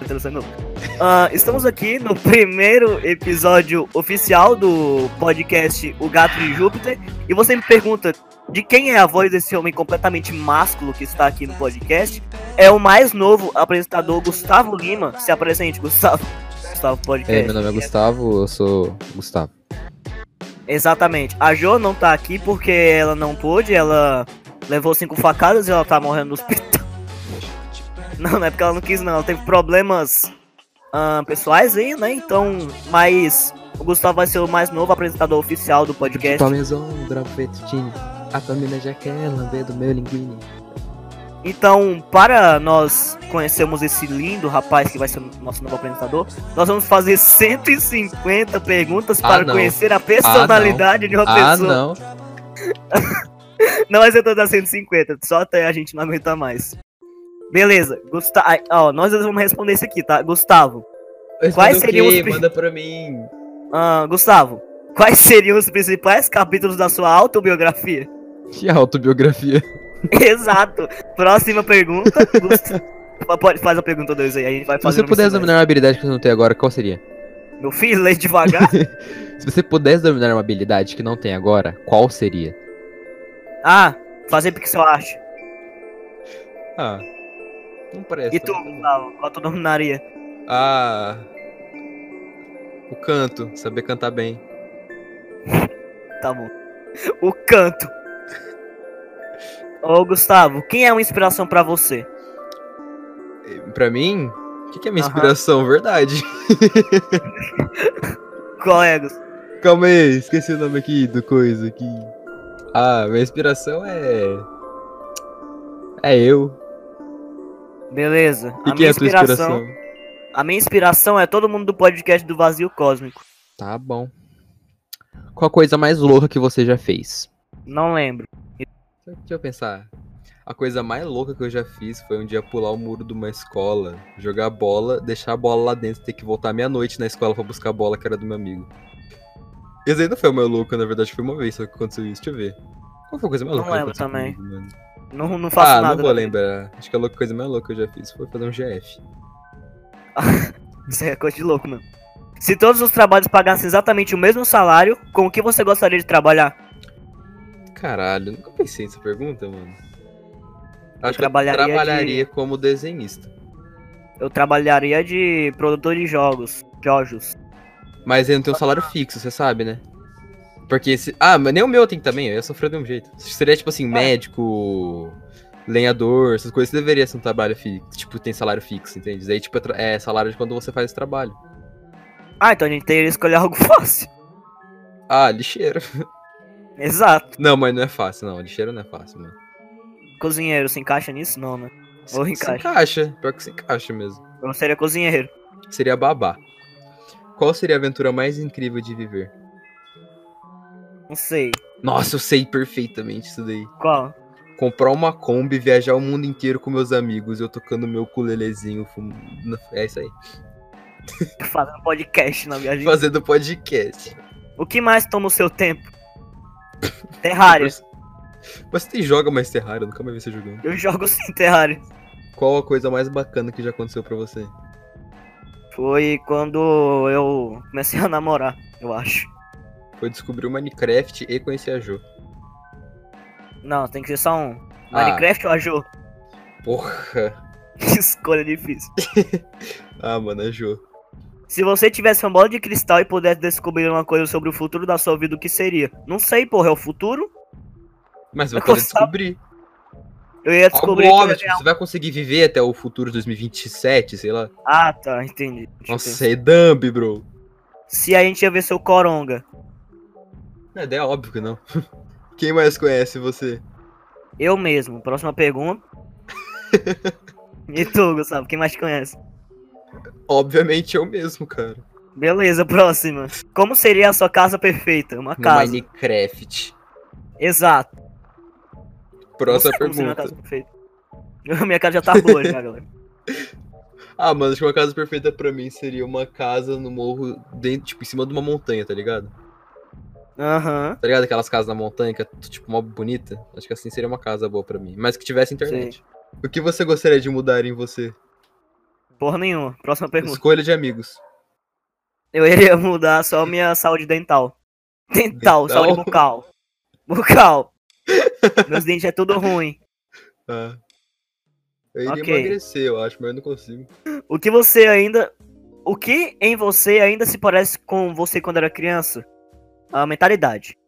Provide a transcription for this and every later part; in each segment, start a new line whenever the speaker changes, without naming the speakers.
Matheus Sangão. Ah, estamos aqui no primeiro episódio oficial do podcast O Gato de Júpiter. E você me pergunta de quem é a voz desse homem completamente másculo que está aqui no podcast. É o mais novo apresentador, Gustavo Lima. Se apresente, Gustavo. Gustavo Podcast.
É, meu nome é Gustavo, eu sou Gustavo.
Exatamente. A Jo não tá aqui porque ela não pôde, ela levou cinco facadas e ela tá morrendo no hospital. Não, não é porque ela não quis, não. Ela teve problemas ah, pessoais aí, né? Então, mas o Gustavo vai ser o mais novo apresentador oficial do
Tipo,
podcast.
um
Tomezão, droga fettuccine. A tua mina já quer lamber do meu linguine.
Então, para nós conhecermos esse lindo rapaz que vai ser o nosso novo apresentador, nós vamos fazer 150 perguntas
Ah,
para
não.
conhecer a personalidade de uma
Ah,
pessoa.
não.
Não vai ser todas as 150, só até a gente não aguentar mais. Beleza, Gustavo. Ó, nós dois vamos responder isso aqui, tá? Gustavo. Quais
Quais
seriam
seriam
os prin-
Manda pra mim.
Ah, Gustavo, quais seriam os principais capítulos da sua autobiografia?
Que autobiografia.
Exato. Próxima pergunta. Gustavo. Pode, faz a pergunta 2 aí, a gente vai
Se
fazer.
você
uma
pudesse
mistura.
dominar uma habilidade que você não tem agora, qual seria?
Meu filho, leite devagar.
Se você pudesse dominar uma habilidade que não tem agora, qual seria?
ah, fazer pixel art.
Ah.
Não parece.
E tu, Gustavo, qual tu dominaria?
Ah. O canto. Saber cantar bem.
Tá bom. O canto. Ô, Gustavo, quem é uma inspiração pra você?
Eh, Pra mim, o que, que é minha
Aham.
inspiração? Verdade.
Qual é, Gustavo?
Calma aí, esqueci o nome aqui do coisa aqui. Ah, minha inspiração é. É eu.
Beleza.
E
a
quem
minha
é a tua
inspiração,
inspiração?
a minha inspiração é todo mundo do podcast do Vazio Cósmico.
Tá bom. Qual a coisa mais louca que você já fez?
Não lembro.
Deixa eu pensar. A coisa mais louca que eu já fiz foi um dia pular o muro de uma escola, jogar bola, deixar a bola lá dentro, ter que voltar meia-noite na escola pra buscar a bola que era do meu amigo. Esse aí não foi o meu louco, na verdade foi uma vez só que aconteceu isso, deixa eu ver. Qual foi a coisa mais
Não
louca? que
lembro
aconteceu
também.
comigo, mano?
Não, não faço
Ah,
nada.
não vou
né?
lembrar. Acho que a louca- coisa mais louca que eu já fiz foi fazer um GF.
Isso é coisa de louco, mano. Se todos os trabalhos pagassem exatamente o mesmo salário, com o que você gostaria de trabalhar?
Caralho, nunca pensei nessa pergunta, mano. Acho que eu
trabalharia
trabalharia,
de-
como desenhista.
Eu trabalharia de produtor de jogos. Jogos.
Mas eu não tenho um salário fixo, você sabe, né? Porque se. Ah, mas nem o meu tem também, eu ia sofrer do mesmo jeito. Seria tipo
É.
assim, médico, lenhador, essas coisas deveria ser um trabalho fixo. Tipo, tem salário fixo, entende? Daí, tipo, é tra- é salário de quando você faz esse trabalho.
Ah, então a gente teria que escolher algo fácil.
Ah, lixeiro.
Exato.
Não, mas não é fácil, não. Lixeiro não é fácil, mano.
Cozinheiro, se encaixa nisso? Não, né?
Se,
Ou
se
encaixa.
encaixa. Pior que se encaixa mesmo.
Eu não seria cozinheiro.
Seria babá. Qual seria a aventura mais incrível de viver?
Não sei.
Nossa, eu sei perfeitamente isso daí.
Qual?
comprar uma Kombi, viajar o mundo inteiro com meus amigos, eu tocando meu culelezinho. Fum... É isso aí.
Fazendo podcast na viagem.
Fazendo podcast.
O que mais toma o seu tempo? Terraria.
Mas você joga mais Terraria, eu nunca mais vi você jogando.
Eu jogo sim Terraria.
Qual a coisa mais bacana que já aconteceu pra você?
Foi quando eu comecei a namorar, eu acho.
Foi descobrir o Minecraft e conhecer a Jo.
Não, tem que ser só um.
Ah.
Minecraft ou a Jo?
Porra.
Que escolha difícil.
Ah, mano, a Jo.
Se você tivesse uma bola de cristal e pudesse descobrir uma coisa sobre o futuro da sua vida, o que seria? Não sei, porra, é o futuro?
Mas você
Eu
vai poder
gostava-
descobrir.
Eu ia
Algo
descobrir. que é eu
óbvio,
ia
tipo,
ganhar-
você vai conseguir viver até o futuro 2027, sei lá.
Ah, tá, entendi.
Nossa, é dumb, bro.
Se a gente ia ver seu coronga.
É, daí é óbvio que não. Quem mais conhece você?
Eu mesmo. Próxima pergunta. e tu, Gustavo, quem mais te conhece?
Obviamente eu mesmo, cara.
Beleza, próxima. Como seria a sua casa perfeita? Uma
No
casa.
Minecraft.
Exato.
Próxima
Não sei como seria minha casa
pergunta.
perfeita. Minha casa já tá boa já, galera.
Ah, mano, acho que uma casa perfeita pra mim seria uma casa no morro, dentro, tipo, em cima de uma montanha, tá ligado?
Aham.
Tá ligado aquelas casas na montanha que é, tipo, uma bonita? Acho que assim seria uma casa boa pra mim. Mas que tivesse internet. O que você gostaria de mudar em você?
Porra nenhuma. Próxima pergunta.
Escolha de amigos.
Eu iria mudar só minha saúde dental. Dental,
Dental?
saúde bucal. Bucal. Meus dentes é tudo ruim.
Ah. Eu iria
Ok.
emagrecer, eu acho, mas eu não consigo.
O que você ainda. O que em você ainda se parece com você quando era criança? A mentalidade.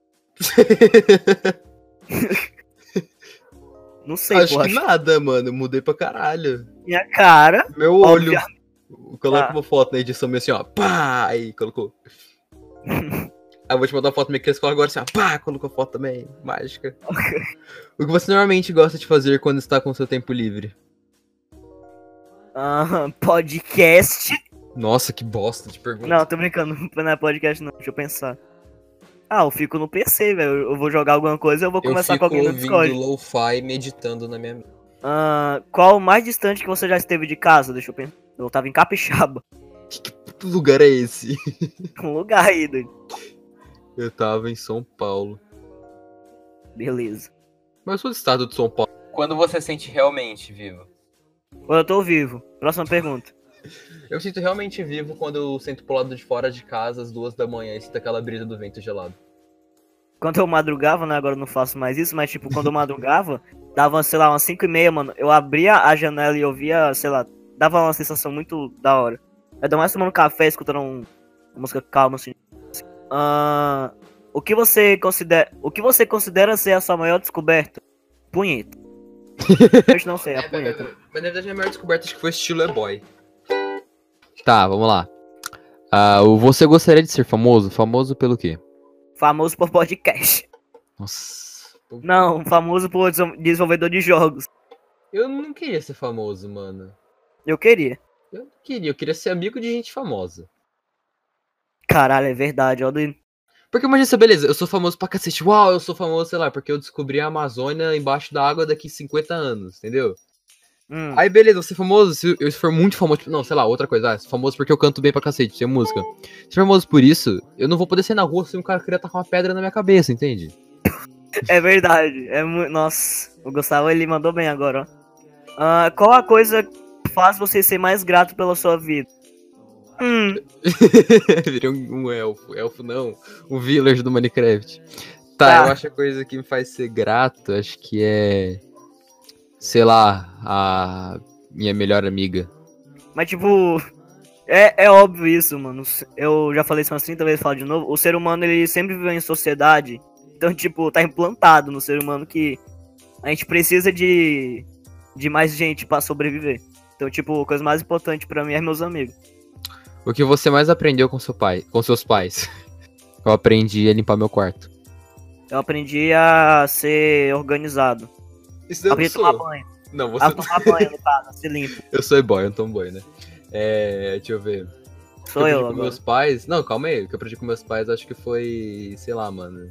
Não sei,
acho
porra.
que nada, mano. Eu mudei pra caralho.
Minha cara.
Meu olho.
Obviamente.
Coloca
Ah.
uma foto na edição meio assim, ó. Pá! Aí, colocou. Aí eu vou te mandar uma foto meio que escola agora assim, ó. Pá! Colocou foto também. Mágica. O que você normalmente gosta de fazer quando está com seu tempo livre?
Ah, podcast.
Nossa, que bosta de pergunta.
Não, tô brincando. Não é podcast, não. Deixa eu pensar. Ah, eu fico no PC, velho. Eu vou jogar alguma coisa eu vou
Eu
conversar
fico
com alguém no Discord.
ouvindo lo-fi meditando na minha mente.
Ah, qual o mais distante que você já esteve de casa? Deixa eu pensar. Eu tava em Capixaba.
Que lugar é esse?
Um lugar aí, doido.
Eu tava em São Paulo.
Beleza.
Mas eu sou do estado de São Paulo.
Quando você sente realmente vivo?
Ou eu tô vivo. Próxima pergunta.
Eu sinto realmente vivo quando eu sento pro lado de fora de casa às duas da manhã e sinto aquela brisa do vento gelado.
Quando eu madrugava, né? Agora eu não faço mais isso, mas tipo, quando eu madrugava, dava, sei lá, umas 5 e meia, mano. Eu abria a janela e eu via, sei lá, dava uma sensação muito da hora. Eu dou mais tomando café, escutando um- uma música calma, assim. Ah, o que você considera. O que você considera ser a sua maior descoberta? Punheta. eu não sei, é a punheta.
mas na verdade a maior descoberta acho que foi estilo é boy.
Tá, vamos lá. Ah, o você gostaria de ser famoso? Famoso pelo quê?
Famoso por podcast.
Nossa.
Não, famoso por deso- desenvolvedor de jogos.
Eu não queria ser famoso, mano.
Eu queria.
Eu não queria, eu queria ser amigo de gente famosa.
Caralho, é verdade, ó. doido.
Porque imagina essa beleza, eu sou famoso pra cacete. Uau, eu sou famoso, sei lá, porque eu descobri a Amazônia embaixo da água daqui 50 anos, entendeu?
Hum,
Aí beleza, você é famoso, se eu se for muito famoso, tipo, não, sei lá, outra coisa, ah, sou famoso porque eu canto bem pra cacete, sem música. Se for famoso por isso, eu não vou poder sair na rua se um cara queria tacar uma pedra na minha cabeça, entende?
é verdade. É mu... Nossa, o Gustavo ele mandou bem agora, ó. Ah, qual a coisa que faz você ser mais grato pela sua vida? Hum,
Virei um, um elfo. Elfo não. Um villager do Minecraft. Tá,
Tá.
eu acho que a coisa que me faz ser grato, acho que é. Sei lá, a minha melhor amiga.
mas tipo. É, é óbvio isso, mano. Eu já falei isso umas 30 vezes, falo de novo. O ser humano, ele sempre viveu em sociedade. Então, tipo, tá implantado no ser humano que a gente precisa de, de mais gente pra sobreviver. Então, tipo, a coisa mais importante pra mim é meus amigos.
O que você mais aprendeu com seu pai, com seus pais? Eu aprendi a limpar meu quarto.
Eu aprendi a ser organizado.
Isso eu não
aprendi a tomar
sou.
banho.
Não, você...
A tomar banho, no caso, a ser limpo.
eu sou boy, eu não tomo boy, né? É. Deixa eu ver. O que
Sou
aprendi
eu
com
agora.
meus pais. Não, calma aí. O que eu aprendi com meus pais acho que foi. Sei lá, mano.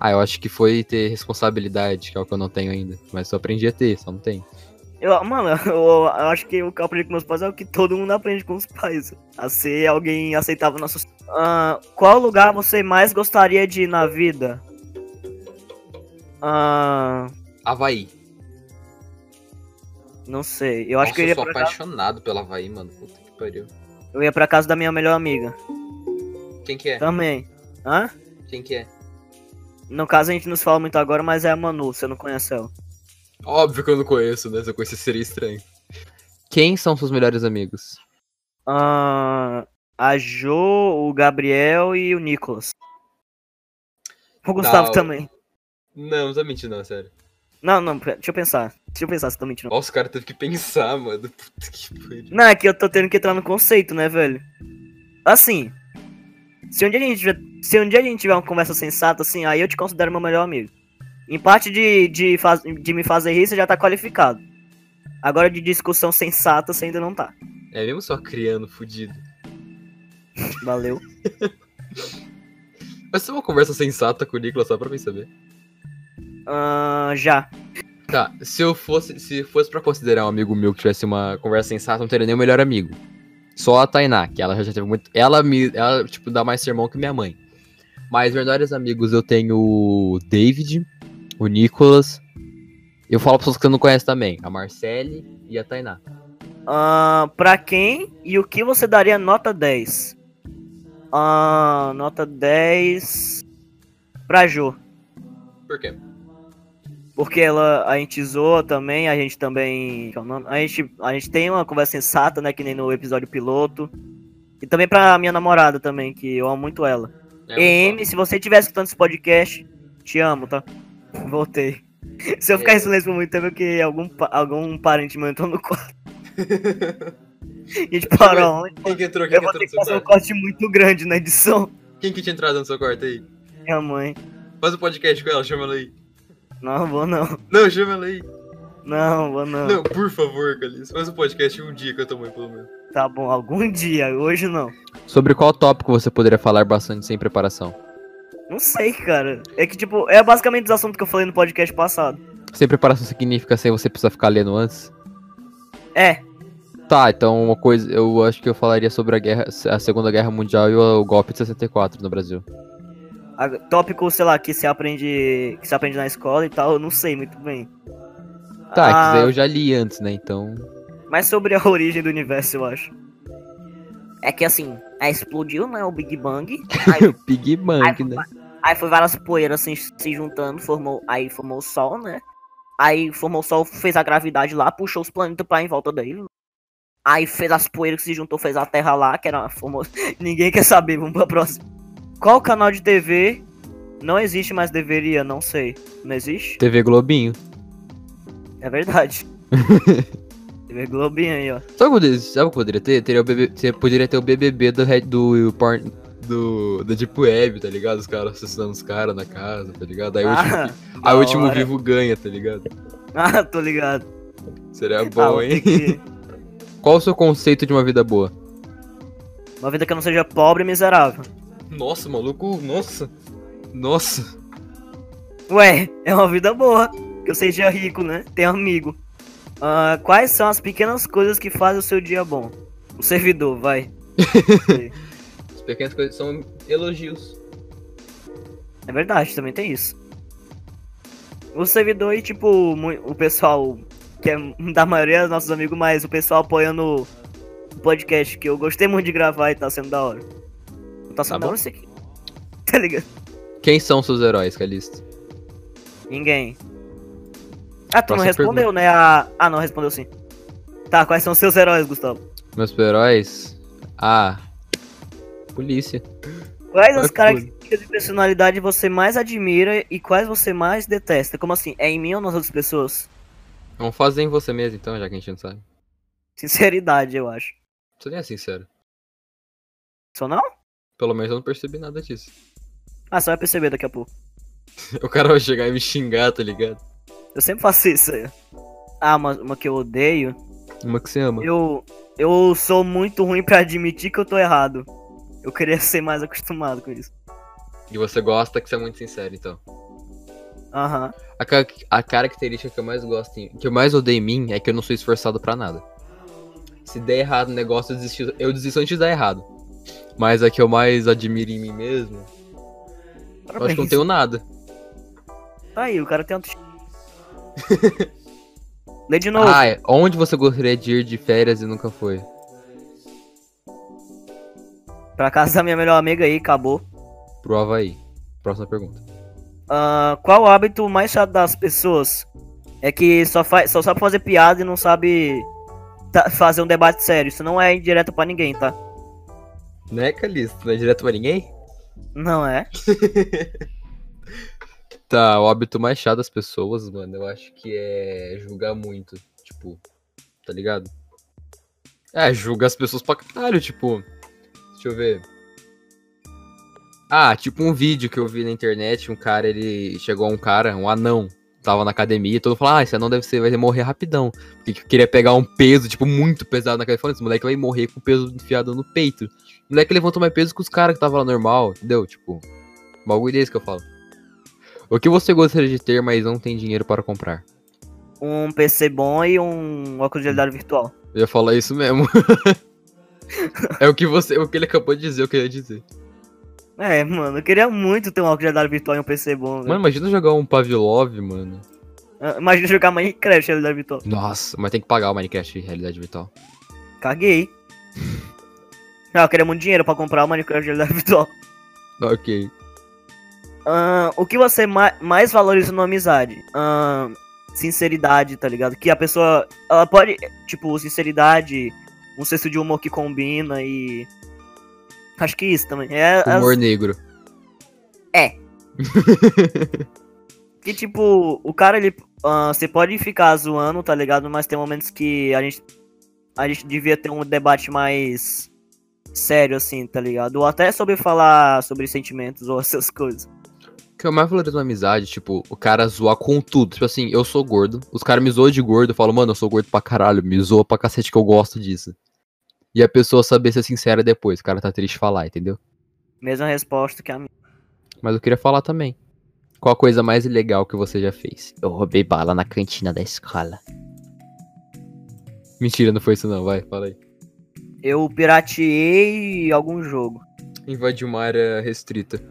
Ah, eu acho que foi ter responsabilidade, que é o que eu não tenho ainda. Mas eu aprendi a ter, só não tenho.
Eu, mano, eu, eu acho que o que eu aprendi com meus pais é o que todo mundo aprende com os pais. A ser alguém aceitável na sociedade. Ah, qual lugar você mais gostaria de ir na vida? Ah,
Havaí.
não sei. Eu acho
Nossa,
que eu ia,
sou
pra casa,
apaixonado pelo Havaí, mano. Puta que pariu.
eu ia pra casa da minha melhor amiga.
Quem que é?
Também. Hã?
Quem que é?
No caso, a gente não se fala muito agora, mas é a Manu, você não conhece ela.
Óbvio que eu não conheço, né? Se eu conhecesse seria estranho.
Quem são seus melhores amigos?
Ah, a Jo, o Gabriel e o Nicolas. O Gustavo
o-
também.
Não, não tá mentindo, não, sério.
Não, não, pera, deixa eu pensar. Deixa eu pensar se eu tô mentindo.
Nossa, o cara teve que pensar, mano. Puta que pariu.
Não, é que eu tô tendo que entrar no conceito, né, velho? Assim, se um dia a gente tiver, se um dia a gente tiver uma conversa sensata, assim, aí eu te considero meu melhor amigo. Em parte de, de, faz- de me fazer rir, você já tá qualificado. Agora de discussão sensata, você ainda não tá.
É mesmo só criando, fudido.
Valeu.
Mas tem uma conversa sensata com o Nicolas só pra mim saber.
Ahn, já.
Tá, se eu fosse. Se fosse pra considerar um amigo meu que tivesse uma conversa sensata, não teria nem o melhor amigo. Só a Tainá, que ela já teve muito. Ela me. Ela, tipo, dá mais sermão que minha mãe. Mas melhores amigos eu tenho o David, o Nicolas. Eu falo pra pessoas que eu não conheço também. A Marcele e a Tainá.
Ah, pra quem e o que você daria nota 10? Ah, nota 10 pra Jo.
Por quê?
Porque ela, a gente zoa também, a gente também. que é o nome? A gente, a gente tem uma conversa sensata, né? Que nem no episódio piloto. E também pra minha namorada também, que eu amo muito ela.
É,
EM, se você estiver escutando esse podcast, te amo, tá? Voltei. Se eu ficar em silêncio por muito tempo, é que algum, pa- algum parente meu entrou no quarto. A gente parou ontem.
Quem que entrou? Quem
Eu
que
vou
entrou
ter
no
que
seu
fazer um
quarto?
corte muito grande na edição.
Quem que tinha entrado no seu quarto aí?
Minha mãe.
Faz um podcast com ela, chama ela aí.
Não, vou não.
Não, chama ela aí.
Não, vou não.
Não, por favor, Calice. Faz um podcast um dia com a tua mãe, pelo menos.
Tá bom, algum dia, hoje não.
Sobre qual tópico você poderia falar bastante sem preparação?
Não sei, cara. É que, tipo, é basicamente os assuntos que eu falei no podcast passado.
Sem preparação significa sem você precisar ficar lendo antes?
É,
Tá, então uma coisa, eu acho que eu falaria sobre a guerra, a Segunda Guerra Mundial e o golpe de 64 no Brasil.
a- tópico, sei lá, que se aprende. Que se aprende na escola e tal, eu não sei muito bem.
Tá,
Ah,
que isso aí eu já li antes, né? Então,
Mas sobre a origem do universo, eu acho. É que assim, aí explodiu, né? O Big Bang. Aí,
Big Bang, né?
aí foi várias poeiras se, se juntando, formou, aí formou o Sol, né? Aí formou o Sol, fez a gravidade lá, puxou os planetas pra em volta dele. Aí fez as poeiras que se juntou, fez a Terra lá, que era formou. Ninguém quer saber, vamos pra próxima. Qual canal de TV não existe, mas deveria? Não sei. Não existe?
TV Globinho.
É verdade. TV Globinho aí, ó.
Sabe o que eu- sabe o que eu poderia ter? Teria o BB você poderia ter o BBB do, Red- do, porn- do, da Deep Web, tá ligado? Os caras assassinando os caras na casa, tá ligado? Aí o último,
Ah,
aí o último
hora.
vivo ganha, tá ligado?
ah, tô ligado.
Seria
Ah,
bom,
vou ter
hein?
que-
Qual o seu conceito de uma vida boa?
Uma vida que eu não seja pobre e miserável.
Nossa, maluco, nossa. Nossa.
Ué, é uma vida boa. Que eu seja rico, né? Tenho amigo. Ah, quais são as pequenas coisas que fazem o seu dia bom? O servidor, vai.
As pequenas coisas são elogios.
É verdade, também tem isso. O servidor e, tipo, mu- o pessoal, que é da maioria dos nossos amigos, mas o pessoal apoiando o podcast, que eu gostei muito de gravar e tá sendo da hora. Tá sendo
Tá
da
bom.
hora isso aqui. Tá ligado?
Quem são seus heróis, Calixto?
Ninguém. Ah, tu não
Próxima
respondeu, né? A... Ah, não, respondeu sim. Tá, quais são os seus heróis, Gustavo?
Meus super-heróis? Ah. Polícia.
Quais as
Vai
características de personalidade você mais admira e quais você mais detesta? Como assim? É em mim ou nas outras pessoas?
Vamos fazer em você mesmo, então, já que a gente não sabe.
Sinceridade, eu acho.
Você nem é sincero.
Só não?
Pelo menos eu não percebi nada disso.
Ah, só vai perceber daqui a pouco.
O cara vai chegar e me xingar, tá ligado?
Eu sempre faço isso aí. Ah, uma, uma que eu odeio.
Uma que você ama.
Eu, eu sou muito ruim pra admitir que eu tô errado. Eu queria ser mais acostumado com isso.
E você gosta que você é muito sincero, então.
Aham.
A, ca- a característica que eu mais gosto, em- que eu mais odeio em mim, é que eu não sou esforçado pra nada. Se der errado o negócio, eu desisto, eu desisto antes de dar errado. Mas a que eu mais admiro em mim mesmo, eu acho que eu
Parabéns.
não tenho nada.
Tá aí, o cara tem autoestima. Lê de novo.
Ah, é. onde você gostaria de ir de férias e nunca foi?
Pra casa da minha melhor amiga aí, acabou.
Pro Havaí. Próxima pergunta.
Ah, qual o hábito mais chato das pessoas? É que só, faz, só sabe fazer piada e não sabe ta- fazer um debate sério. Isso não é indireto pra ninguém, tá?
Né, Calixto? Não é direto pra ninguém?
Não é?
Tá, o hábito mais chato das pessoas, mano, eu acho que é julgar muito. Tipo, tá ligado? É, julga as pessoas pra caralho, tipo. Deixa eu ver. Ah, tipo um vídeo que eu vi na internet, um cara, ele chegou a um cara, um anão, tava na academia, e todo mundo falou, ah, esse anão deve ser, vai morrer rapidão. Porque que- queria pegar um peso, tipo, muito pesado na cabeça. Falando, esse moleque vai morrer com o peso enfiado no peito. O moleque levantou mais peso que os caras que tava lá normal, entendeu? Tipo, um bagulho desse que eu falo. O que você gostaria de ter, mas não tem dinheiro para comprar?
Um PC bom e um óculos de realidade virtual.
Eu ia falar isso mesmo. é o que você, o que ele acabou de dizer, eu queria dizer.
É, mano, eu queria muito ter um óculos de realidade virtual e um PC bom, velho.
Mano, imagina jogar um Pavlov, mano.
Ah, Imagina jogar Minecraft de realidade virtual.
Nossa, mas tem que pagar o Minecraft de realidade virtual.
Caguei. Ah, eu queria muito dinheiro pra comprar o Minecraft de realidade virtual.
Ok.
Ahn, o que você ma- mais valoriza numa amizade? Ahn, sinceridade, tá ligado? Que a pessoa. Ela pode. Tipo, sinceridade, um senso de humor que combina e. Acho que isso também. É, é-
Humor negro.
que, tipo, o cara, ele. ah, Você pode ficar zoando, tá ligado? Mas tem momentos que a gente. A gente devia ter um debate mais sério, assim, tá ligado? Ou até sobre falar sobre sentimentos ou essas coisas.
O que eu mais valorizo na amizade, tipo, o cara zoar com tudo. Tipo assim, eu sou gordo, os caras me zoam de gordo, eu falo, mano, eu sou gordo pra caralho, me zoa pra cacete que eu gosto disso. E a pessoa saber ser sincera depois, o cara tá triste de falar, entendeu?
Mesma resposta que a minha.
Mas eu queria falar também. Qual a coisa mais legal que você já fez? Eu roubei bala na cantina da escola. Mentira, não foi isso não, vai, fala aí.
Eu pirateei algum jogo.
Invade uma área restrita.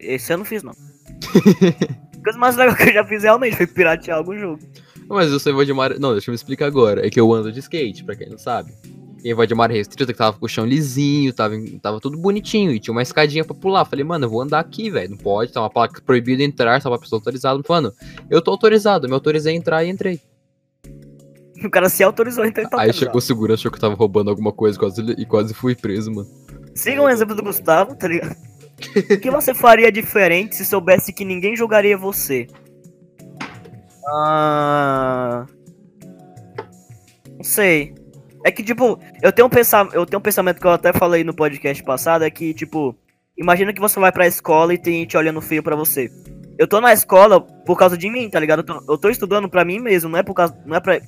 Esse eu não fiz, não. A coisa mais legal que eu já fiz realmente foi piratear algum jogo.
Mas eu sou invade uma área. Não, deixa eu me explicar agora. É que eu ando de skate, pra quem não sabe. E invade uma área restrita que tava com o chão lisinho, tava, em- tava tudo bonitinho. E tinha uma escadinha pra pular. Falei, mano, eu vou andar aqui, velho. Não pode, tá uma placa proibida entrar, tá uma pessoa autorizada. Mano, eu tô autorizado, me autorizei a entrar e entrei.
O cara se autorizou, então ele tá
Aí
autorizado.
chegou o segurança, achou que eu tava roubando alguma coisa quase, e quase fui preso, mano.
Siga um exemplo do Gustavo, tá ligado? o que você faria diferente se soubesse que ninguém julgaria você? Ah... Não sei. É que, tipo, eu tenho, um pensa... eu tenho um pensamento que eu até falei no podcast passado, é que, tipo, imagina que você vai pra escola e tem gente olhando feio pra você. Eu tô na escola por causa de mim, tá ligado? Eu tô, eu tô estudando pra mim mesmo, não é por causa... Não é pra...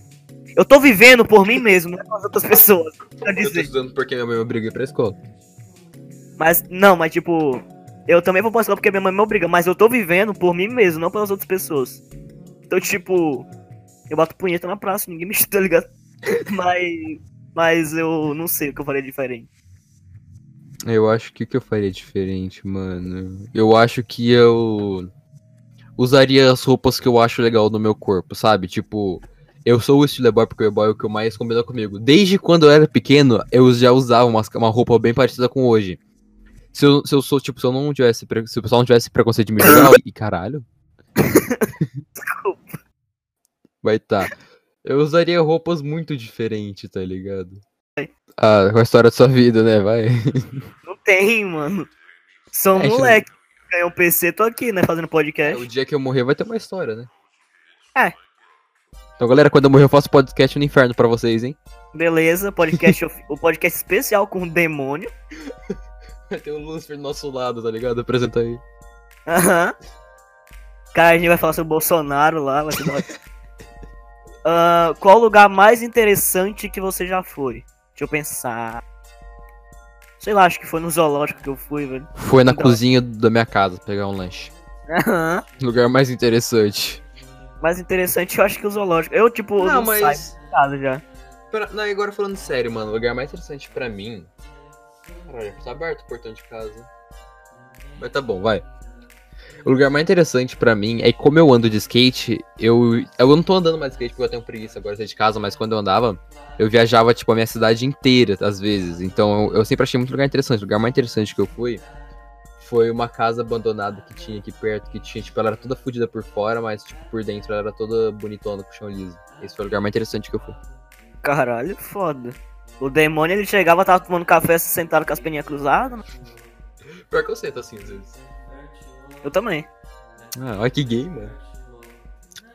Eu tô vivendo por mim mesmo, não é pelas outras pessoas. Tá Quer
Eu tô
dizer.
estudando porque minha mãe me obriguei pra escola.
Mas, não, mas tipo, eu também vou pra escola porque minha mãe me obriga, mas eu tô vivendo por mim mesmo, não pelas outras pessoas. Então, tipo, eu bato punheta na praça, ninguém me chuta, tá ligado? mas, mas eu não sei o que eu faria diferente.
Eu acho que o que eu faria diferente, mano. Eu acho que eu usaria as roupas que eu acho legal no meu corpo, sabe? Tipo, eu sou o estilo boy porque o boy é o que mais combina comigo. Desde quando eu era pequeno, eu já usava umas- uma, roupa bem parecida com hoje. Se eu, se eu sou, tipo, se eu não tivesse. pre- Se o pessoal não tivesse preconceito de me julgar. e caralho. Vai tá. Eu usaria roupas muito diferentes, tá ligado? Ah, com a história da sua vida, né? Vai.
Não tem, mano. São
É, isso
moleque. Ganhei um PC, tô aqui, né, fazendo
É,
podcast.
o dia que eu morrer vai ter uma história, né?
É.
Então, galera, quando eu morrer eu faço podcast no inferno pra vocês, hein?
Beleza, podcast, ofi- o podcast especial com o demônio.
Vai ter o Lúcifer do nosso lado, tá ligado? Apresenta aí.
Aham. Cara, a gente vai falar sobre o Bolsonaro lá, vai ser da hora. Ah, qual o lugar mais interessante que você já foi? Deixa eu pensar. Sei lá, acho que foi no zoológico que eu fui, velho.
Foi na
Então.
cozinha da minha casa pegar um lanche.
Aham.
Lugar mais interessante.
mais interessante eu acho que o zoológico. Eu, tipo, não, saio de casa já.
Pera- não, e agora falando sério, mano, o lugar mais interessante pra mim. Caralho, tá aberto o portão de casa. Mas tá bom, vai. O lugar mais interessante pra mim é que como eu ando de skate, eu. Eu não tô andando mais de skate porque eu tenho preguiça agora de sair de casa, mas quando eu andava, eu viajava, tipo, a minha cidade inteira, às vezes. Então eu, eu sempre achei muito lugar interessante. O lugar mais interessante que eu fui foi uma casa abandonada que tinha aqui perto, que tinha, tipo, ela era toda fodida por fora, mas, tipo, por dentro ela era toda bonitona com chão liso. Esse foi o lugar mais interessante que eu fui.
Caralho, foda. O demônio ele chegava, tava tomando café, se sentado com as peninhas cruzadas. né?
Pior que eu sento assim, às vezes.
Eu também.
Ah, olha que gay, mano.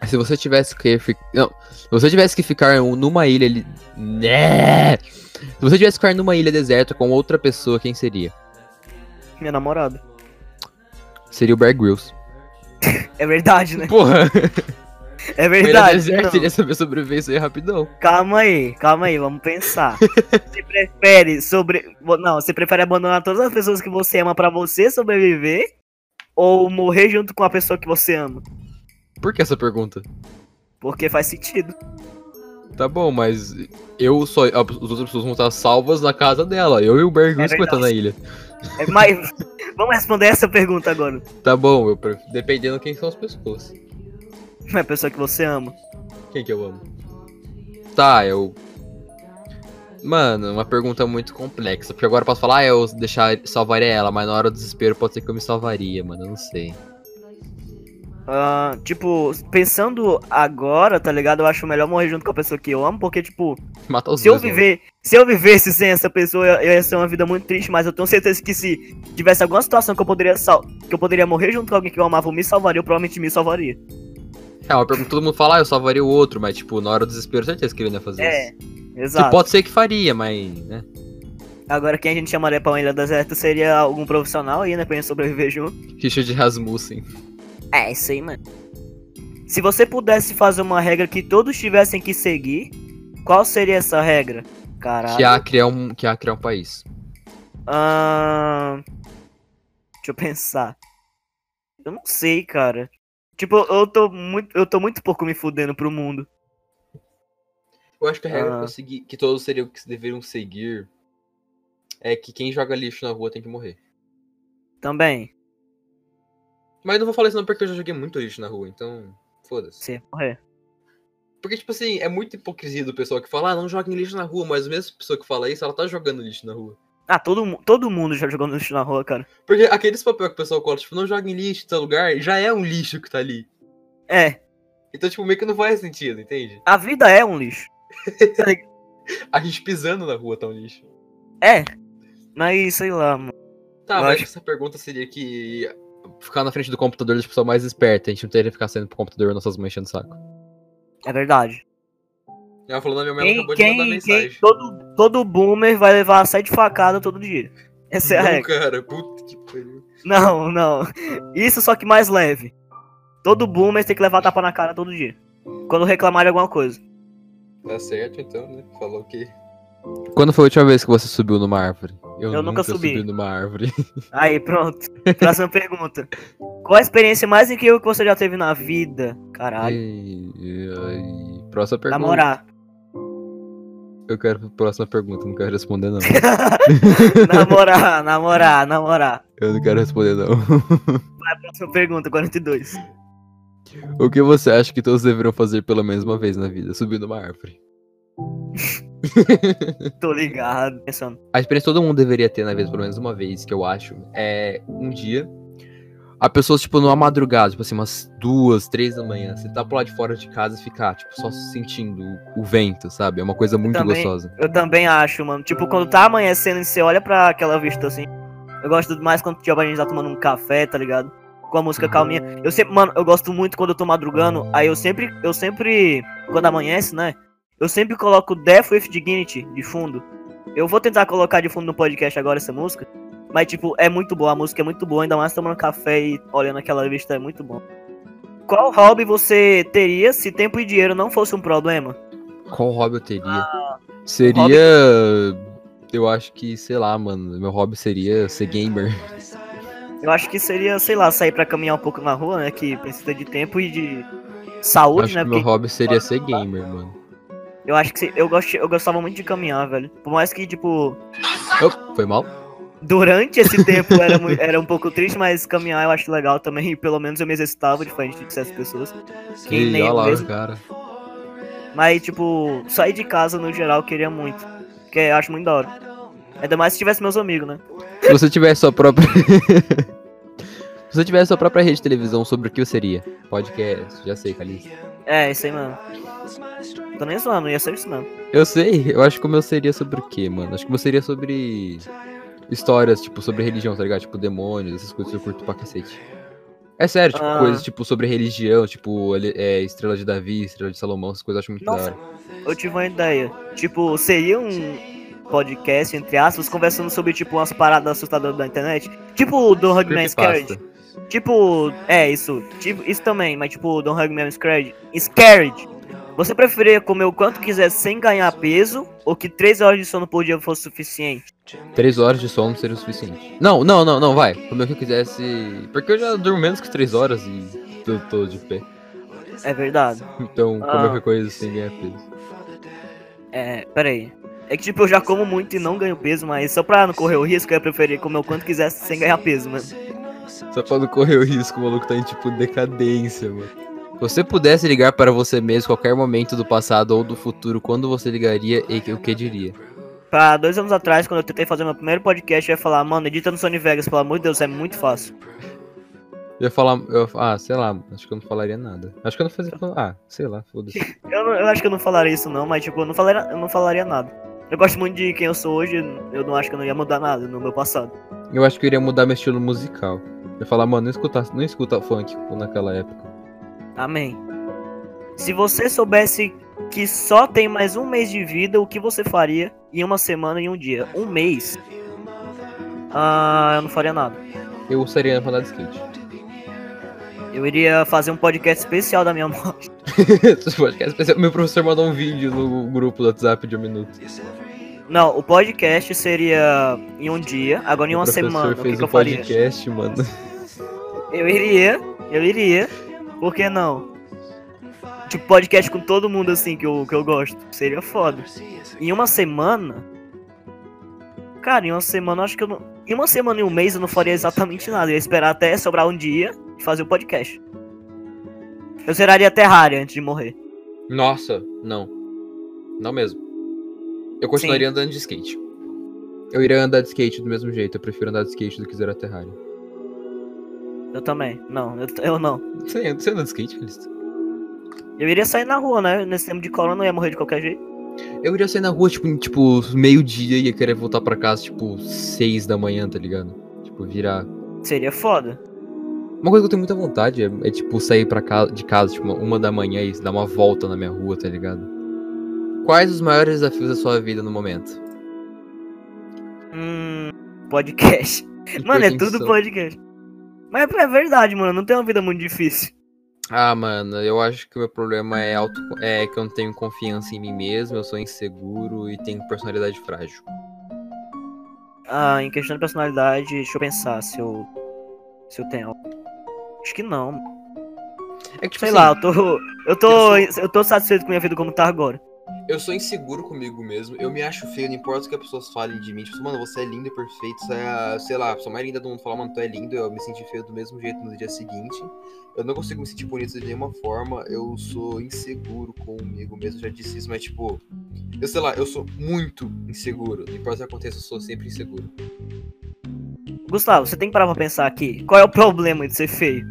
Se você tivesse que ficar. Não. Se você tivesse que ficar um, numa ilha ali. Né? Se você tivesse que ficar numa ilha deserta com outra pessoa, quem seria?
Minha namorada.
Seria o Bear Grylls.
É verdade, né?
Porra,
É
uma ilha
verdade.
deserta,
não.
ele ia saber sobreviver isso aí é rapidão.
Calma aí, calma aí, vamos pensar. você prefere sobre. Não, você prefere abandonar todas as pessoas que você ama pra você sobreviver? Ou morrer junto com a pessoa que você ama?
Por que essa pergunta?
Porque faz sentido.
Tá bom, mas eu só. As outras pessoas vão estar salvas na casa dela. Eu e o Bear Grylls que vai estar na
verdade.
ilha.
É, mas vamos responder essa pergunta agora.
Tá bom, eu pref- dependendo quem são as pessoas.
Não é a pessoa que você ama.
Quem que eu amo? Tá, eu. Mano, uma pergunta muito complexa. Porque agora eu posso falar, ah, eu deixar, salvaria ela, mas na hora do desespero pode ser que eu me salvaria, mano. Eu não sei.
Ah, tipo, pensando agora, tá ligado? Eu acho melhor morrer junto com a pessoa que eu amo, porque, tipo,
Matar os
se eu
dois. mano.
viver. Se eu vivesse sem essa pessoa, eu eu ia ser uma vida muito triste, mas eu tenho certeza que se tivesse alguma situação que eu poderia sal que eu poderia morrer junto com alguém que eu amava ou me salvaria, eu provavelmente me salvaria.
É, uma pergunta que todo mundo fala, ah, eu salvaria o outro, mas tipo, na hora do desespero, certeza que ele não ia fazer
É,
isso. Que
exato.
pode ser que faria, mas. Né?
Agora quem a gente chamaria pra uma ilha deserta seria algum profissional aí, né? Pra gente sobreviver junto.
Richard Rasmussen.
É, isso aí, mano. Se você pudesse fazer uma regra que todos tivessem que seguir, qual seria essa regra? Caralho.
Que há criar um, que há criar um país.
Ahn, Deixa eu pensar. Eu não sei, cara. Tipo, eu tô muito, eu tô muito pouco me fudendo pro mundo.
Eu acho que a regra
Ah.
pra seguir- que todos seriam que deveriam seguir é que quem joga lixo na rua tem que morrer.
Também,
Mas eu não vou falar isso não porque eu já joguei muito lixo na rua, então foda-se.
você morrer.
Porque, tipo assim, é muita hipocrisia do pessoal que fala, ah, não joguem lixo na rua, mas a mesma pessoa que fala isso, ela tá jogando lixo na rua.
Ah, todo, mu- todo mundo já jogou lixo na rua, cara.
Porque aqueles papel que o pessoal cola, tipo, não joguem lixo em tal lugar, já é um lixo que tá ali.
É,
Então, tipo, meio que não faz sentido, entende?
a vida é um lixo.
A gente pisando na rua tá um lixo.
É. Mas sei lá, mano.
Tá,
Eu
mas
acho-
essa pergunta seria que.
Ficar na frente do computador das pessoas mais espertas. A gente não teria que ficar saindo pro computador nossas mães enchendo o saco.
É verdade.
Ela falou na minha mãe, ela
Quem,
acabou de mandar
quem,
mensagem.
quem, todo, todo boomer vai levar sete facadas todo dia. Essa é a
não,
regra.
cara, puta que pariu.
Não, não. Isso só que mais leve. Todo boomer tem que levar tapa na cara todo dia. Quando reclamar de alguma coisa.
Tá certo então, né? Falou que.
Quando foi a última vez que você subiu numa árvore?
Eu nunca subi.
numa árvore.
Aí, pronto. Próxima pergunta. Qual a experiência mais incrível que você já teve na vida? Caralho.
Ai, ai. Próxima pergunta.
Namorar.
Eu quero próxima pergunta, não quero responder, não.
namorar, namorar, namorar.
Eu não quero responder, não.
Próxima pergunta, 42.
O que você acha que todos deveriam fazer pelo menos uma vez na vida? Subir numa árvore.
Tô ligado. Pensando.
A experiência que todo mundo deveria ter na vida, pelo menos uma vez, que eu acho, é um dia. A pessoa, tipo, numa madrugada, tipo assim, umas duas, três da manhã, você tá pro lado de fora de casa e ficar, tipo, só sentindo o, o vento, sabe? É uma coisa muito
também.
gostosa.
Eu também acho, mano. Tipo, quando tá amanhecendo e você olha pra aquela vista assim. Eu gosto mais quando tipo, a gente tá tomando um café, tá ligado? Com a música calminha. Eu sempre, mano, eu gosto muito quando eu tô madrugando. Aí eu sempre, eu sempre, quando amanhece, né? Eu sempre coloco Death with Dignity de fundo. Eu vou tentar colocar de fundo no podcast agora essa música. Mas, tipo, é muito boa. A música é muito boa. Ainda mais tomando café e olhando aquela vista é muito bom. Qual hobby você teria se tempo e dinheiro não fosse um problema?
Qual hobby eu teria?
Ah,
seria. Eu acho que, sei lá, mano. Meu hobby seria ser gamer.
Eu acho que seria, sei lá, sair pra caminhar um pouco na rua, né? Que precisa de tempo e de saúde,
acho
né?
que meu
Porque
hobby seria ser gamer, mano.
eu acho que se- eu, gost, eu gostava muito de caminhar, velho. Por mais que, tipo,
Oh, foi mal?
durante esse tempo era, mui- era um pouco triste, mas caminhar eu acho legal também. E pelo menos eu me exercitava diferente de certas pessoas. Quem
Ih,
nem
olha
eu
lá,
mesmo.
cara.
Mas, tipo, sair de casa no geral eu queria muito. Porque eu acho muito da hora. Ainda mais se tivesse meus amigos, né?
Se você tivesse sua própria. Se você tivesse sua própria rede de televisão, sobre o que eu seria? Podcast, já sei, Calista.
É, isso aí, mano. Tô nem zoando, ia ser isso mesmo.
Eu sei, eu acho que o meu seria sobre o quê, mano? Acho que o meu seria sobre. Histórias, tipo, sobre religião, tá ligado? Tipo, demônios, essas coisas que eu curto pra cacete. É sério, tipo,
Ah.
coisas tipo sobre religião, tipo, ele- é, Estrela de Davi, Estrela de Salomão, essas coisas eu acho muito da
Nossa,
hora.
eu tive uma ideia. Tipo, seria um podcast, entre aspas, conversando sobre, tipo, umas paradas assustadoras da internet. Tipo o Don't Hug Man's Scared.
Creepypasta.
Tipo, é isso. Tipo, isso também, mas tipo, Don't Hug Man's Scared. Scared. Você preferia comer o quanto quiser sem ganhar peso ou que 3 horas de sono por dia fosse suficiente?
Três horas de sono seria o suficiente. Não, não, não, não, vai. Comer o que eu quisesse. Porque eu já durmo menos que três horas e tô, tô de pé.
É verdade.
Então, comer
Ah.
qualquer coisa sem ganhar peso.
É, peraí. É que tipo, eu já como muito e não ganho peso, mas só pra não correr o risco, eu ia preferir comer o quanto quiser sem ganhar peso, mano.
Só pra não correr o risco, o maluco tá em tipo decadência, mano. Se você pudesse ligar para você mesmo em qualquer momento do passado ou do futuro, quando você ligaria e o que diria?
Há dois anos atrás, quando eu tentei fazer meu primeiro podcast, eu ia falar, mano, edita no Sony Vegas, pelo amor de Deus, é muito fácil.
Eu ia falar. eu- ah, sei lá, acho que eu não falaria nada. Acho que eu não fazia. Ah, sei lá, foda-se.
Eu, não- eu acho que eu não falaria isso não, mas tipo, eu não falaria, eu não falaria nada. Eu gosto muito de quem eu sou hoje, eu não acho que eu não ia mudar nada no meu passado.
Eu acho que eu iria mudar meu estilo musical. Eu ia falar, mano, não escuta, não escuta funk tipo, naquela época.
Amém. Se você soubesse que só tem mais um mês de vida, o que você faria em uma semana e um dia? Um mês? Ah, eu não faria nada.
Eu usaria pra andar de skate.
Eu iria fazer um podcast especial da minha morte.
Esse podcast especial- Meu professor mandou um vídeo no grupo do WhatsApp de um minuto.
Não, o podcast seria em um dia, agora em uma semana. O que,
fez
que
um
eu faria?
podcast, mano.
Eu iria, eu iria. Por que não? Tipo, podcast com todo mundo assim que eu, que eu gosto. Seria foda. Em uma semana. Cara, em uma semana eu acho que eu não. Em uma semana e um mês eu não faria exatamente nada. Eu ia esperar até sobrar um dia e fazer o podcast. Eu zeraria Terraria antes de morrer.
Nossa, não. Não mesmo. Eu continuaria andando de skate. Eu iria andar de skate do mesmo jeito. Eu prefiro andar de skate do que zerar Terraria.
Eu também. Não, eu, eu não.
Você, você anda de skate, Alice?
Eu iria sair na rua, né? Nesse tempo de corona eu ia morrer de qualquer jeito.
Eu iria sair na rua, tipo, em, tipo meio-dia e ia querer voltar pra casa, tipo, seis da manhã, tá ligado? Tipo, virar.
Seria foda.
Uma coisa que eu tenho muita vontade é, é, tipo, sair pra casa, de casa, tipo, uma da manhã e dar uma volta na minha rua, tá ligado? Quais os maiores desafios da sua vida no momento?
Hum. Podcast.
E por
Mano, é
quem
tudo
são?
podcast. Mas é verdade, mano. Não tem uma vida muito difícil.
Ah, mano, eu acho que o meu problema é, auto... é que eu não tenho confiança em mim mesmo, eu sou inseguro e tenho personalidade frágil.
Ah, em questão de personalidade, deixa eu pensar se eu. Se eu tenho. Acho que não.
É que, tipo,
Sei
assim,
lá, eu tô. Eu tô. Eu tô satisfeito com minha vida como tá agora.
Eu sou inseguro comigo mesmo, eu me acho feio, não importa o que as pessoas falem de mim. Tipo, mano, você é lindo, perfeito, você é, a- sei lá, a pessoa mais linda do mundo fala, mano, tu é lindo, eu me senti feio do mesmo jeito no dia seguinte. Eu não consigo me sentir bonito de nenhuma forma, eu sou inseguro comigo mesmo, já disse isso, mas tipo, eu sei lá, eu sou muito inseguro. Não importa o que aconteça, eu sou sempre inseguro.
Gustavo, você tem que parar pra pensar aqui. Qual é o problema de ser feio?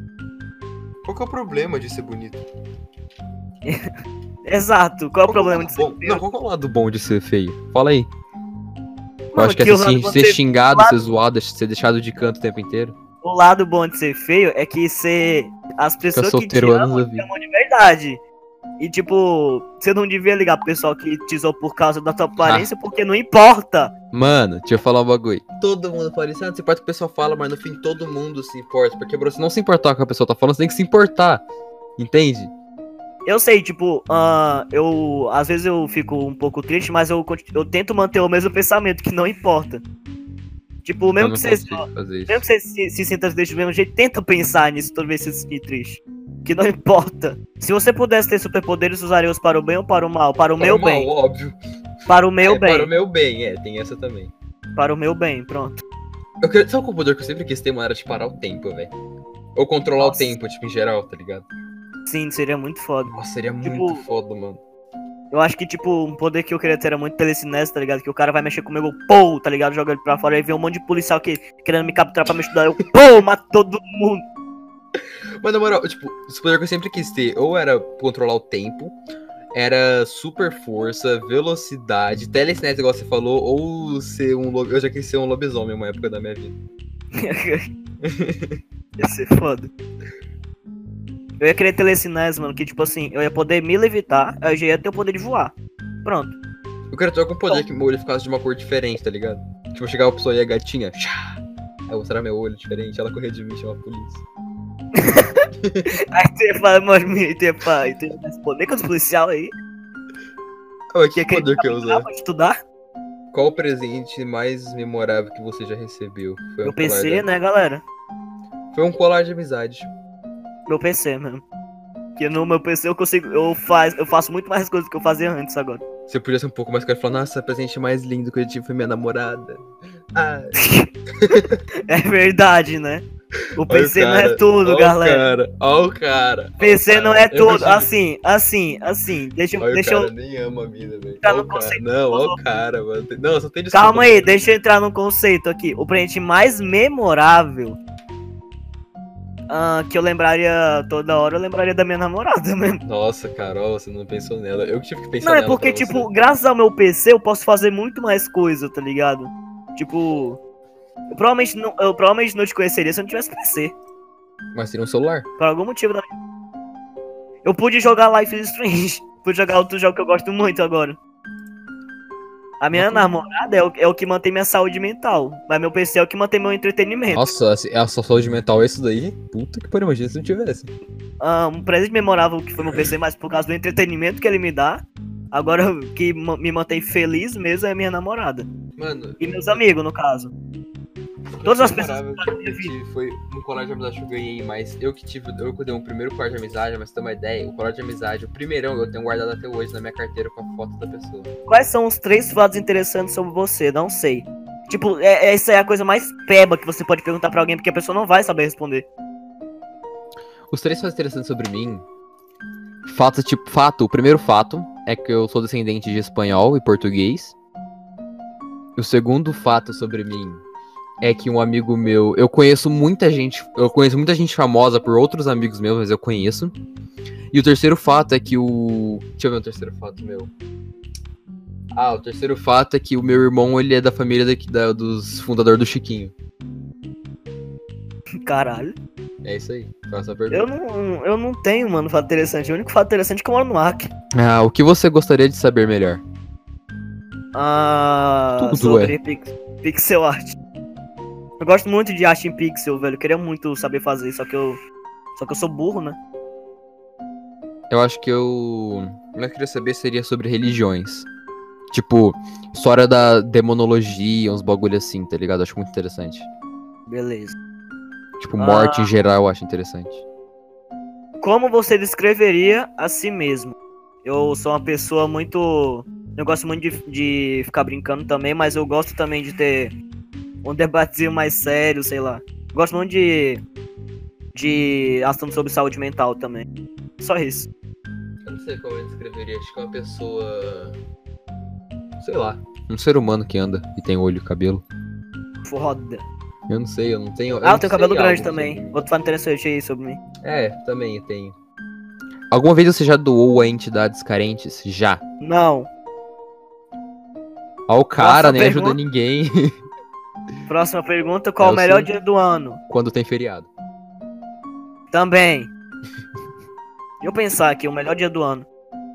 Qual que é o problema de ser bonito?
Exato, qual é o problema de ser
Bom,
feio?
Não, qual que é o lado bom de ser feio? Fala aí. Eu
Mano,
acho que é
que
ser,
o lado
xing-
bom de
ser
ser-
xingado,
lado-
ser zoado, é ser deixado de canto o tempo inteiro.
O lado bom de ser feio é que ser. As
Ficar
pessoas que te né?
solteiro anos
amam,
da
te
vida.
amam de verdade. E tipo, você não devia ligar pro pessoal que te zoou por causa da
Ah.
tua aparência, porque não importa.
Mano, deixa eu falar um bagulho. Todo mundo fala isso, ah, não se importa o que o pessoal fala, mas no fim todo mundo se importa. Porque pra você não se importar com o que a pessoa tá falando, você tem que se importar. Entende?
Eu sei, tipo, ah, eu às vezes eu fico um pouco triste, mas eu, conti- eu tento manter o mesmo pensamento, que não importa. Tipo,
Eu
mesmo
não
que, você,
consigo fazer isso.
mesmo que você se, se sinta triste do mesmo jeito, tenta pensar nisso toda vez que você se sentir triste. Que não importa. Se você pudesse ter superpoderes, usaria-os para o bem ou para o mal? Para é o meu
Normal,
bem.
óbvio.
Para o meu
É,
bem.
Para o meu bem, é, tem essa também.
Para o meu bem, pronto.
Eu quero... Sabe é o poder que eu sempre quis ter, mano? Era de parar o tempo, velho. Ou controlar
Nossa.
o tempo, tipo, em geral, tá ligado?
Sim, seria muito foda.
Nossa, seria
Tipo-
muito foda, mano.
Eu acho que, tipo, um poder que eu queria ter era muito telecinese, tá ligado? Que o cara vai mexer comigo, eu, pô, tá ligado? Joga ele pra fora, aí vem um monte de policial que, querendo me capturar pra me estudar, eu, pô, mato todo mundo.
Mas na moral, tipo, esse poder que eu sempre quis ter, ou era controlar o tempo, era super força, velocidade, telecinese, igual você falou, ou ser um lobo. Eu já quis ser um lobisomem uma época da minha vida.
Ia ser foda. Eu ia querer telecinese, mano, que, tipo assim, eu ia poder me levitar, aí eu já ia ter o poder de voar. Pronto.
Eu quero ter algum poder que meu olho ficasse de uma cor diferente, tá ligado? Tipo, eu chegava a pessoa e a gatinha. chá, Aí eu mostrava meu olho diferente, ela corria de mim e chamava a polícia.
Aí tu ia falar, mano, tu ia falar, tu ia responder com os policial aí,
Olha,
Que
que
aquele
poder que eu
lá
usar.
pra estudar.
Qual o presente mais memorável que você já recebeu? Foi um
Meu
colar
PC,
de-
né, galera?
Foi um colar de amizade.
Meu PC mesmo. Porque no meu PC eu consigo, eu, faz, eu faço muito mais coisas do que eu fazia antes agora.
Você podia ser um pouco mais cara e falar, nossa, o presente mais lindo que eu tive foi minha namorada. Ah,
É verdade, né? O PC não é tudo, galera.
Olha o cara.
PC não é tudo. Assim, assim, assim. Deixa, eu-
Olha
deixa
o cara,
eu.
nem ama a mina, velho.
Tá
Olha
no
o cara.
conceito
Não, olha o
filosófico.
cara, mano. Tem- Não, só tem desculpa.
Calma aí, deixa eu entrar num conceito aqui. O presente mais memorável. ah, que eu lembraria toda hora, eu lembraria da minha namorada mesmo.
Nossa, Carol, você não pensou nela. Eu que tive que pensar
Não, é
nela
porque,
pra você.
tipo, graças ao meu PC eu posso fazer muito mais coisa, tá ligado? Tipo. Eu provavelmente não, eu provavelmente não te conheceria se eu não tivesse PC.
Mas seria um celular.
Por algum motivo da minha. Eu pude jogar Life is Strange. Pude jogar outro jogo que eu gosto muito agora. A minha namorada é o, é o que mantém minha saúde mental. Mas meu PC é o que mantém meu entretenimento.
Nossa, assim, a sua saúde mental é isso daí? Puta que pariu, imagina se não tivesse.
Ah, um presente memorável que foi meu PC, mas por causa do entretenimento que ele me dá. Agora o que ma- me mantém feliz mesmo é minha namorada.
Mano,
E meus amigos, no caso. Todas as pessoas
memorável
que minha
que
vida.
eu tive foi um colar de amizade que eu ganhei, mas eu que tive, eu que dei um primeiro colar de amizade, mas tem uma ideia, o colar de amizade, o primeirão eu tenho guardado até hoje na minha carteira com a foto da pessoa.
Quais são os três fatos interessantes sobre você? Não sei. Tipo, é, é- essa é a coisa mais peba que você pode perguntar pra alguém, porque a pessoa não vai saber responder.
Os três fatos interessantes sobre mim. Fato, tipo, fato, o primeiro fato é que eu sou descendente de espanhol e português. O segundo fato sobre mim é que um amigo meu, eu conheço muita gente, eu conheço muita gente famosa por outros amigos meus, mas eu conheço. E o terceiro fato é que o, deixa eu ver o terceiro fato meu. Ah, o terceiro fato é que o meu irmão, ele é da família daqui, da- dos fundador do Chiquinho.
Caralho.
É isso aí. Faça a pergunta.
Eu não, eu não tenho, mano, fato interessante. O único fato interessante é que eu moro no Acre.
Ah, o que você gostaria de saber melhor?
Ah,
Tudo,
sobre pix- pixel art. Eu gosto muito de arte em pixel, velho. Eu queria muito saber fazer, só que eu. Só que eu sou burro, né?
Eu acho que eu. O que eu queria saber seria sobre religiões. Tipo, história da demonologia, uns bagulho assim, tá ligado? Eu acho muito interessante.
Beleza.
Tipo,
Ah.
morte em geral eu acho interessante.
Como você descreveria a si mesmo? Eu sou uma pessoa muito. Eu gosto muito de, de ficar brincando também, mas eu gosto também de ter um debatezinho mais sério, sei lá. Gosto muito de. de assunto sobre saúde mental também. Só isso.
Eu não sei como eu descreveria, acho que é uma pessoa... Sei lá.
Um ser humano que anda e tem olho e cabelo.
Foda.
Eu não sei, eu não tenho.
ah,
não
eu tenho
sei
cabelo grande
algo assim.
também.
sobre
Outro fato interessante aí sobre mim.
assim. É, também tem.
Alguma vez você já doou a entidades carentes? Já.
Não.
Ah, o cara nem
pergunta.
ajuda ninguém
Próxima pergunta: qual
Eu
o melhor
sei.
dia do ano?
quando tem feriado.
Também. Deixa eu pensar aqui, o melhor dia do ano.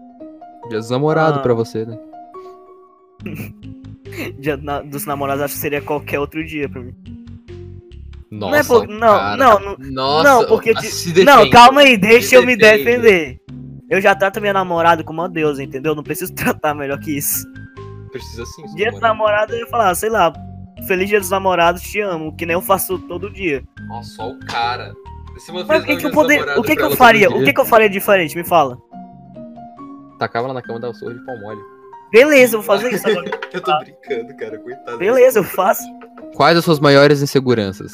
Dia dos namorados
Ah.
pra você, né?
Dia na- dos namorados, acho que seria qualquer outro dia pra mim.
Nossa,
não é por...
o
não,
cara.
não, não,
Nossa,
Não, porque
ah,
de-
se
não,
defende.
calma aí, deixa eu me
defende.
defender. Eu já trato minha namorada como uma deusa, entendeu? Não preciso tratar melhor que isso.
Precisa
assim,
sim, seu
Dia dos
namorado.
namorados, eu ia falar, sei lá, feliz dia dos namorados, te amo, que nem eu faço todo dia.
Nossa, olha o cara. Esse mano
Mas o
fez
é
nome
que, que eu
dos
poderia.
namorados
O que, que
pra
eu
ela
faria?
todo
O que,
dia.
que eu faria diferente? Me fala.
Tacava lá na cama da surra de pau mole.
Beleza, eu vou fazer isso agora.
Eu tô brincando, cara, coitado.
Beleza, eu faço.
Quais as suas maiores inseguranças?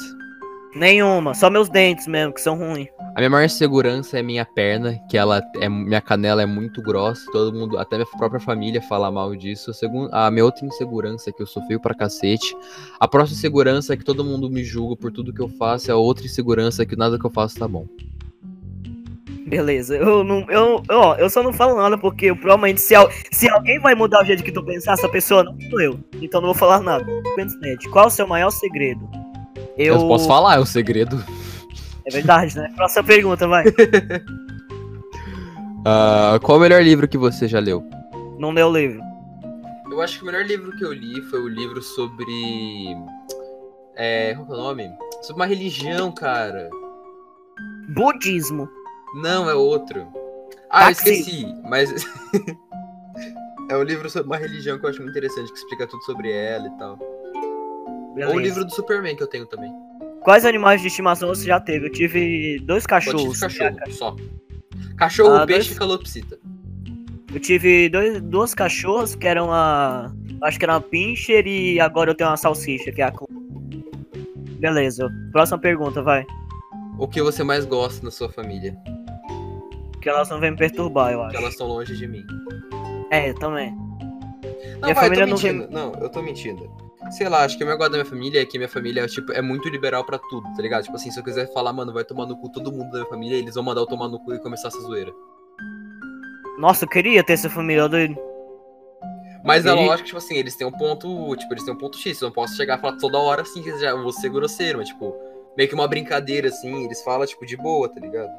Nenhuma. Só meus dentes mesmo, que são ruins.
A minha maior insegurança é minha perna, que ela é minha canela é muito grossa, todo mundo, até minha própria família fala mal disso. A, segun- a minha outra insegurança é que eu sou feio pra cacete. A próxima insegurança é que todo mundo me julga por tudo que eu faço. E a outra insegurança é que nada que eu faço tá bom.
Beleza. Eu não. Eu, eu- ó, eu só não falo nada porque provavelmente se, al- se alguém vai mudar o jeito que tu pensar, essa pessoa não sou eu. Então não vou falar nada. Internet, qual é o seu maior segredo? Eu.
Eu, posso falar, é o segredo.
É verdade, né? Próxima pergunta, vai.
Ah, qual o melhor livro que você já leu?
não leu o livro.
Eu acho que o melhor livro que eu li foi o livro sobre. É. Qual que é o nome? Sobre uma religião, cara.
Budismo.
Não, é outro. Ah, eu
Táxi.
esqueci, mas. é um livro sobre uma religião que eu acho muito interessante, que explica tudo sobre ela e tal. Ou
Beleza.
o livro do Superman que eu tenho também.
Quais animais de estimação você já teve? Eu tive dois
Só tive
cachorros.
cachorro, só. Cachorro,
Ah,
peixe
dois-
e calopsita.
Eu tive dois, duas cachorras que eram a. Acho que era uma pincher e agora eu tenho uma salsicha, que é a. Cl- Beleza. Próxima pergunta, vai.
O que você mais gosta na sua família?
Que elas não vêm me perturbar, eu
Que
acho.
elas estão longe de mim.
É, também.
Não,
Minha
vai, eu
família
tô
não vem-
mentindo. Não, eu tô mentindo. Sei lá, acho que o meu gosto da minha família é que minha família é, tipo, é muito liberal pra tudo, tá ligado? Tipo assim, se eu quiser falar, mano, vai tomar no cu todo mundo da minha família, eles vão mandar eu tomar no cu e começar essa zoeira.
Nossa, eu queria ter essa família doido.
Mas é
Ele-
lógico, que, tipo assim, eles têm um ponto. Tipo, eles têm um ponto X. Eu não posso chegar e falar toda hora assim, que já vou ser grosseiro, mas, tipo, meio que uma brincadeira, assim, eles falam, tipo, de boa, tá ligado?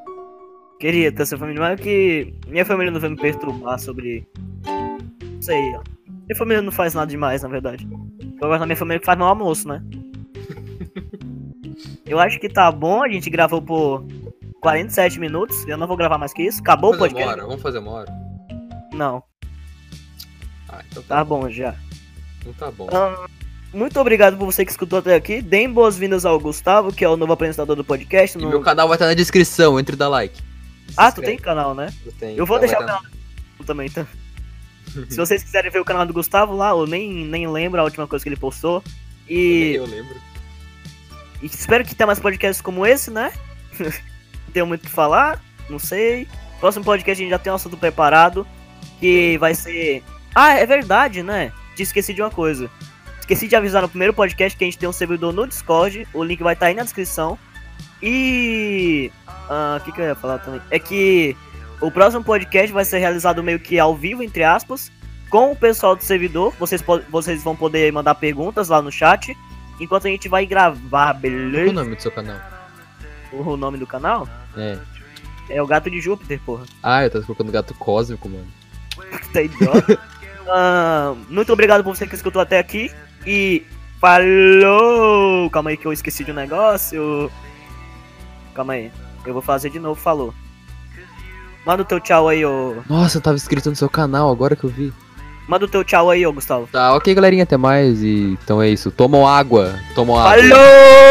Queria ter essa família, mas é que minha família não vem me perturbar sobre. Não sei, ó. Minha família não faz nada demais, na verdade. Eu gosto da minha família que faz meu almoço, né? eu acho que tá bom, a gente gravou por 47 minutos. Eu não vou gravar mais que isso. Acabou o
vamos fazer uma
podcast?
hora, vamos fazer uma hora.
Não,
Ah, então tá,
tá bom já.
então tá bom.
Muito obrigado por você que escutou até aqui. Deem boas-vindas ao Gustavo, que é o novo apresentador do podcast.
E
No-
meu canal vai estar na descrição, entre e dá like. Se
Ah, tu tem
inscreve.
canal, né?
Eu tenho.
Eu vou
Tá, vai
deixar
tá-
o canal do Gustavo também, tá? Se vocês quiserem ver o canal do Gustavo lá, eu nem, nem lembro a última coisa que ele postou. E,
Eu lembro.
e espero que tenha mais podcasts como esse, né? não tenho muito o que falar, não sei. Próximo podcast a gente já tem um assunto preparado, que vai ser... Ah, é verdade, né? Te esqueci de uma coisa. Esqueci de avisar no primeiro podcast que a gente tem um servidor no Discord, o link vai estar aí na descrição. E... ah, O que, que eu ia falar também? É que o próximo podcast vai ser realizado meio que ao vivo, entre aspas, com o pessoal do servidor. Vocês, po- vocês vão poder mandar perguntas lá no chat, enquanto a gente vai gravar,
Qual o
beleza?
nome do seu canal?
O nome do canal
É.
é o Gato de Júpiter, porra.
Ah, eu tava colocando gato cósmico, mano.
Tá idiota. Ah, muito obrigado por você que escutou até aqui. E falou! Calma aí que eu esqueci de um negócio. Calma aí. Eu vou fazer de novo, falou. Manda o teu tchau aí, ô.
Nossa, eu tava inscrito no seu canal, agora que eu vi.
Manda o teu tchau aí, ô Gustavo.
Tá, ok, galerinha, até mais. E então é isso. Tomam água. Tomam água.
Falou!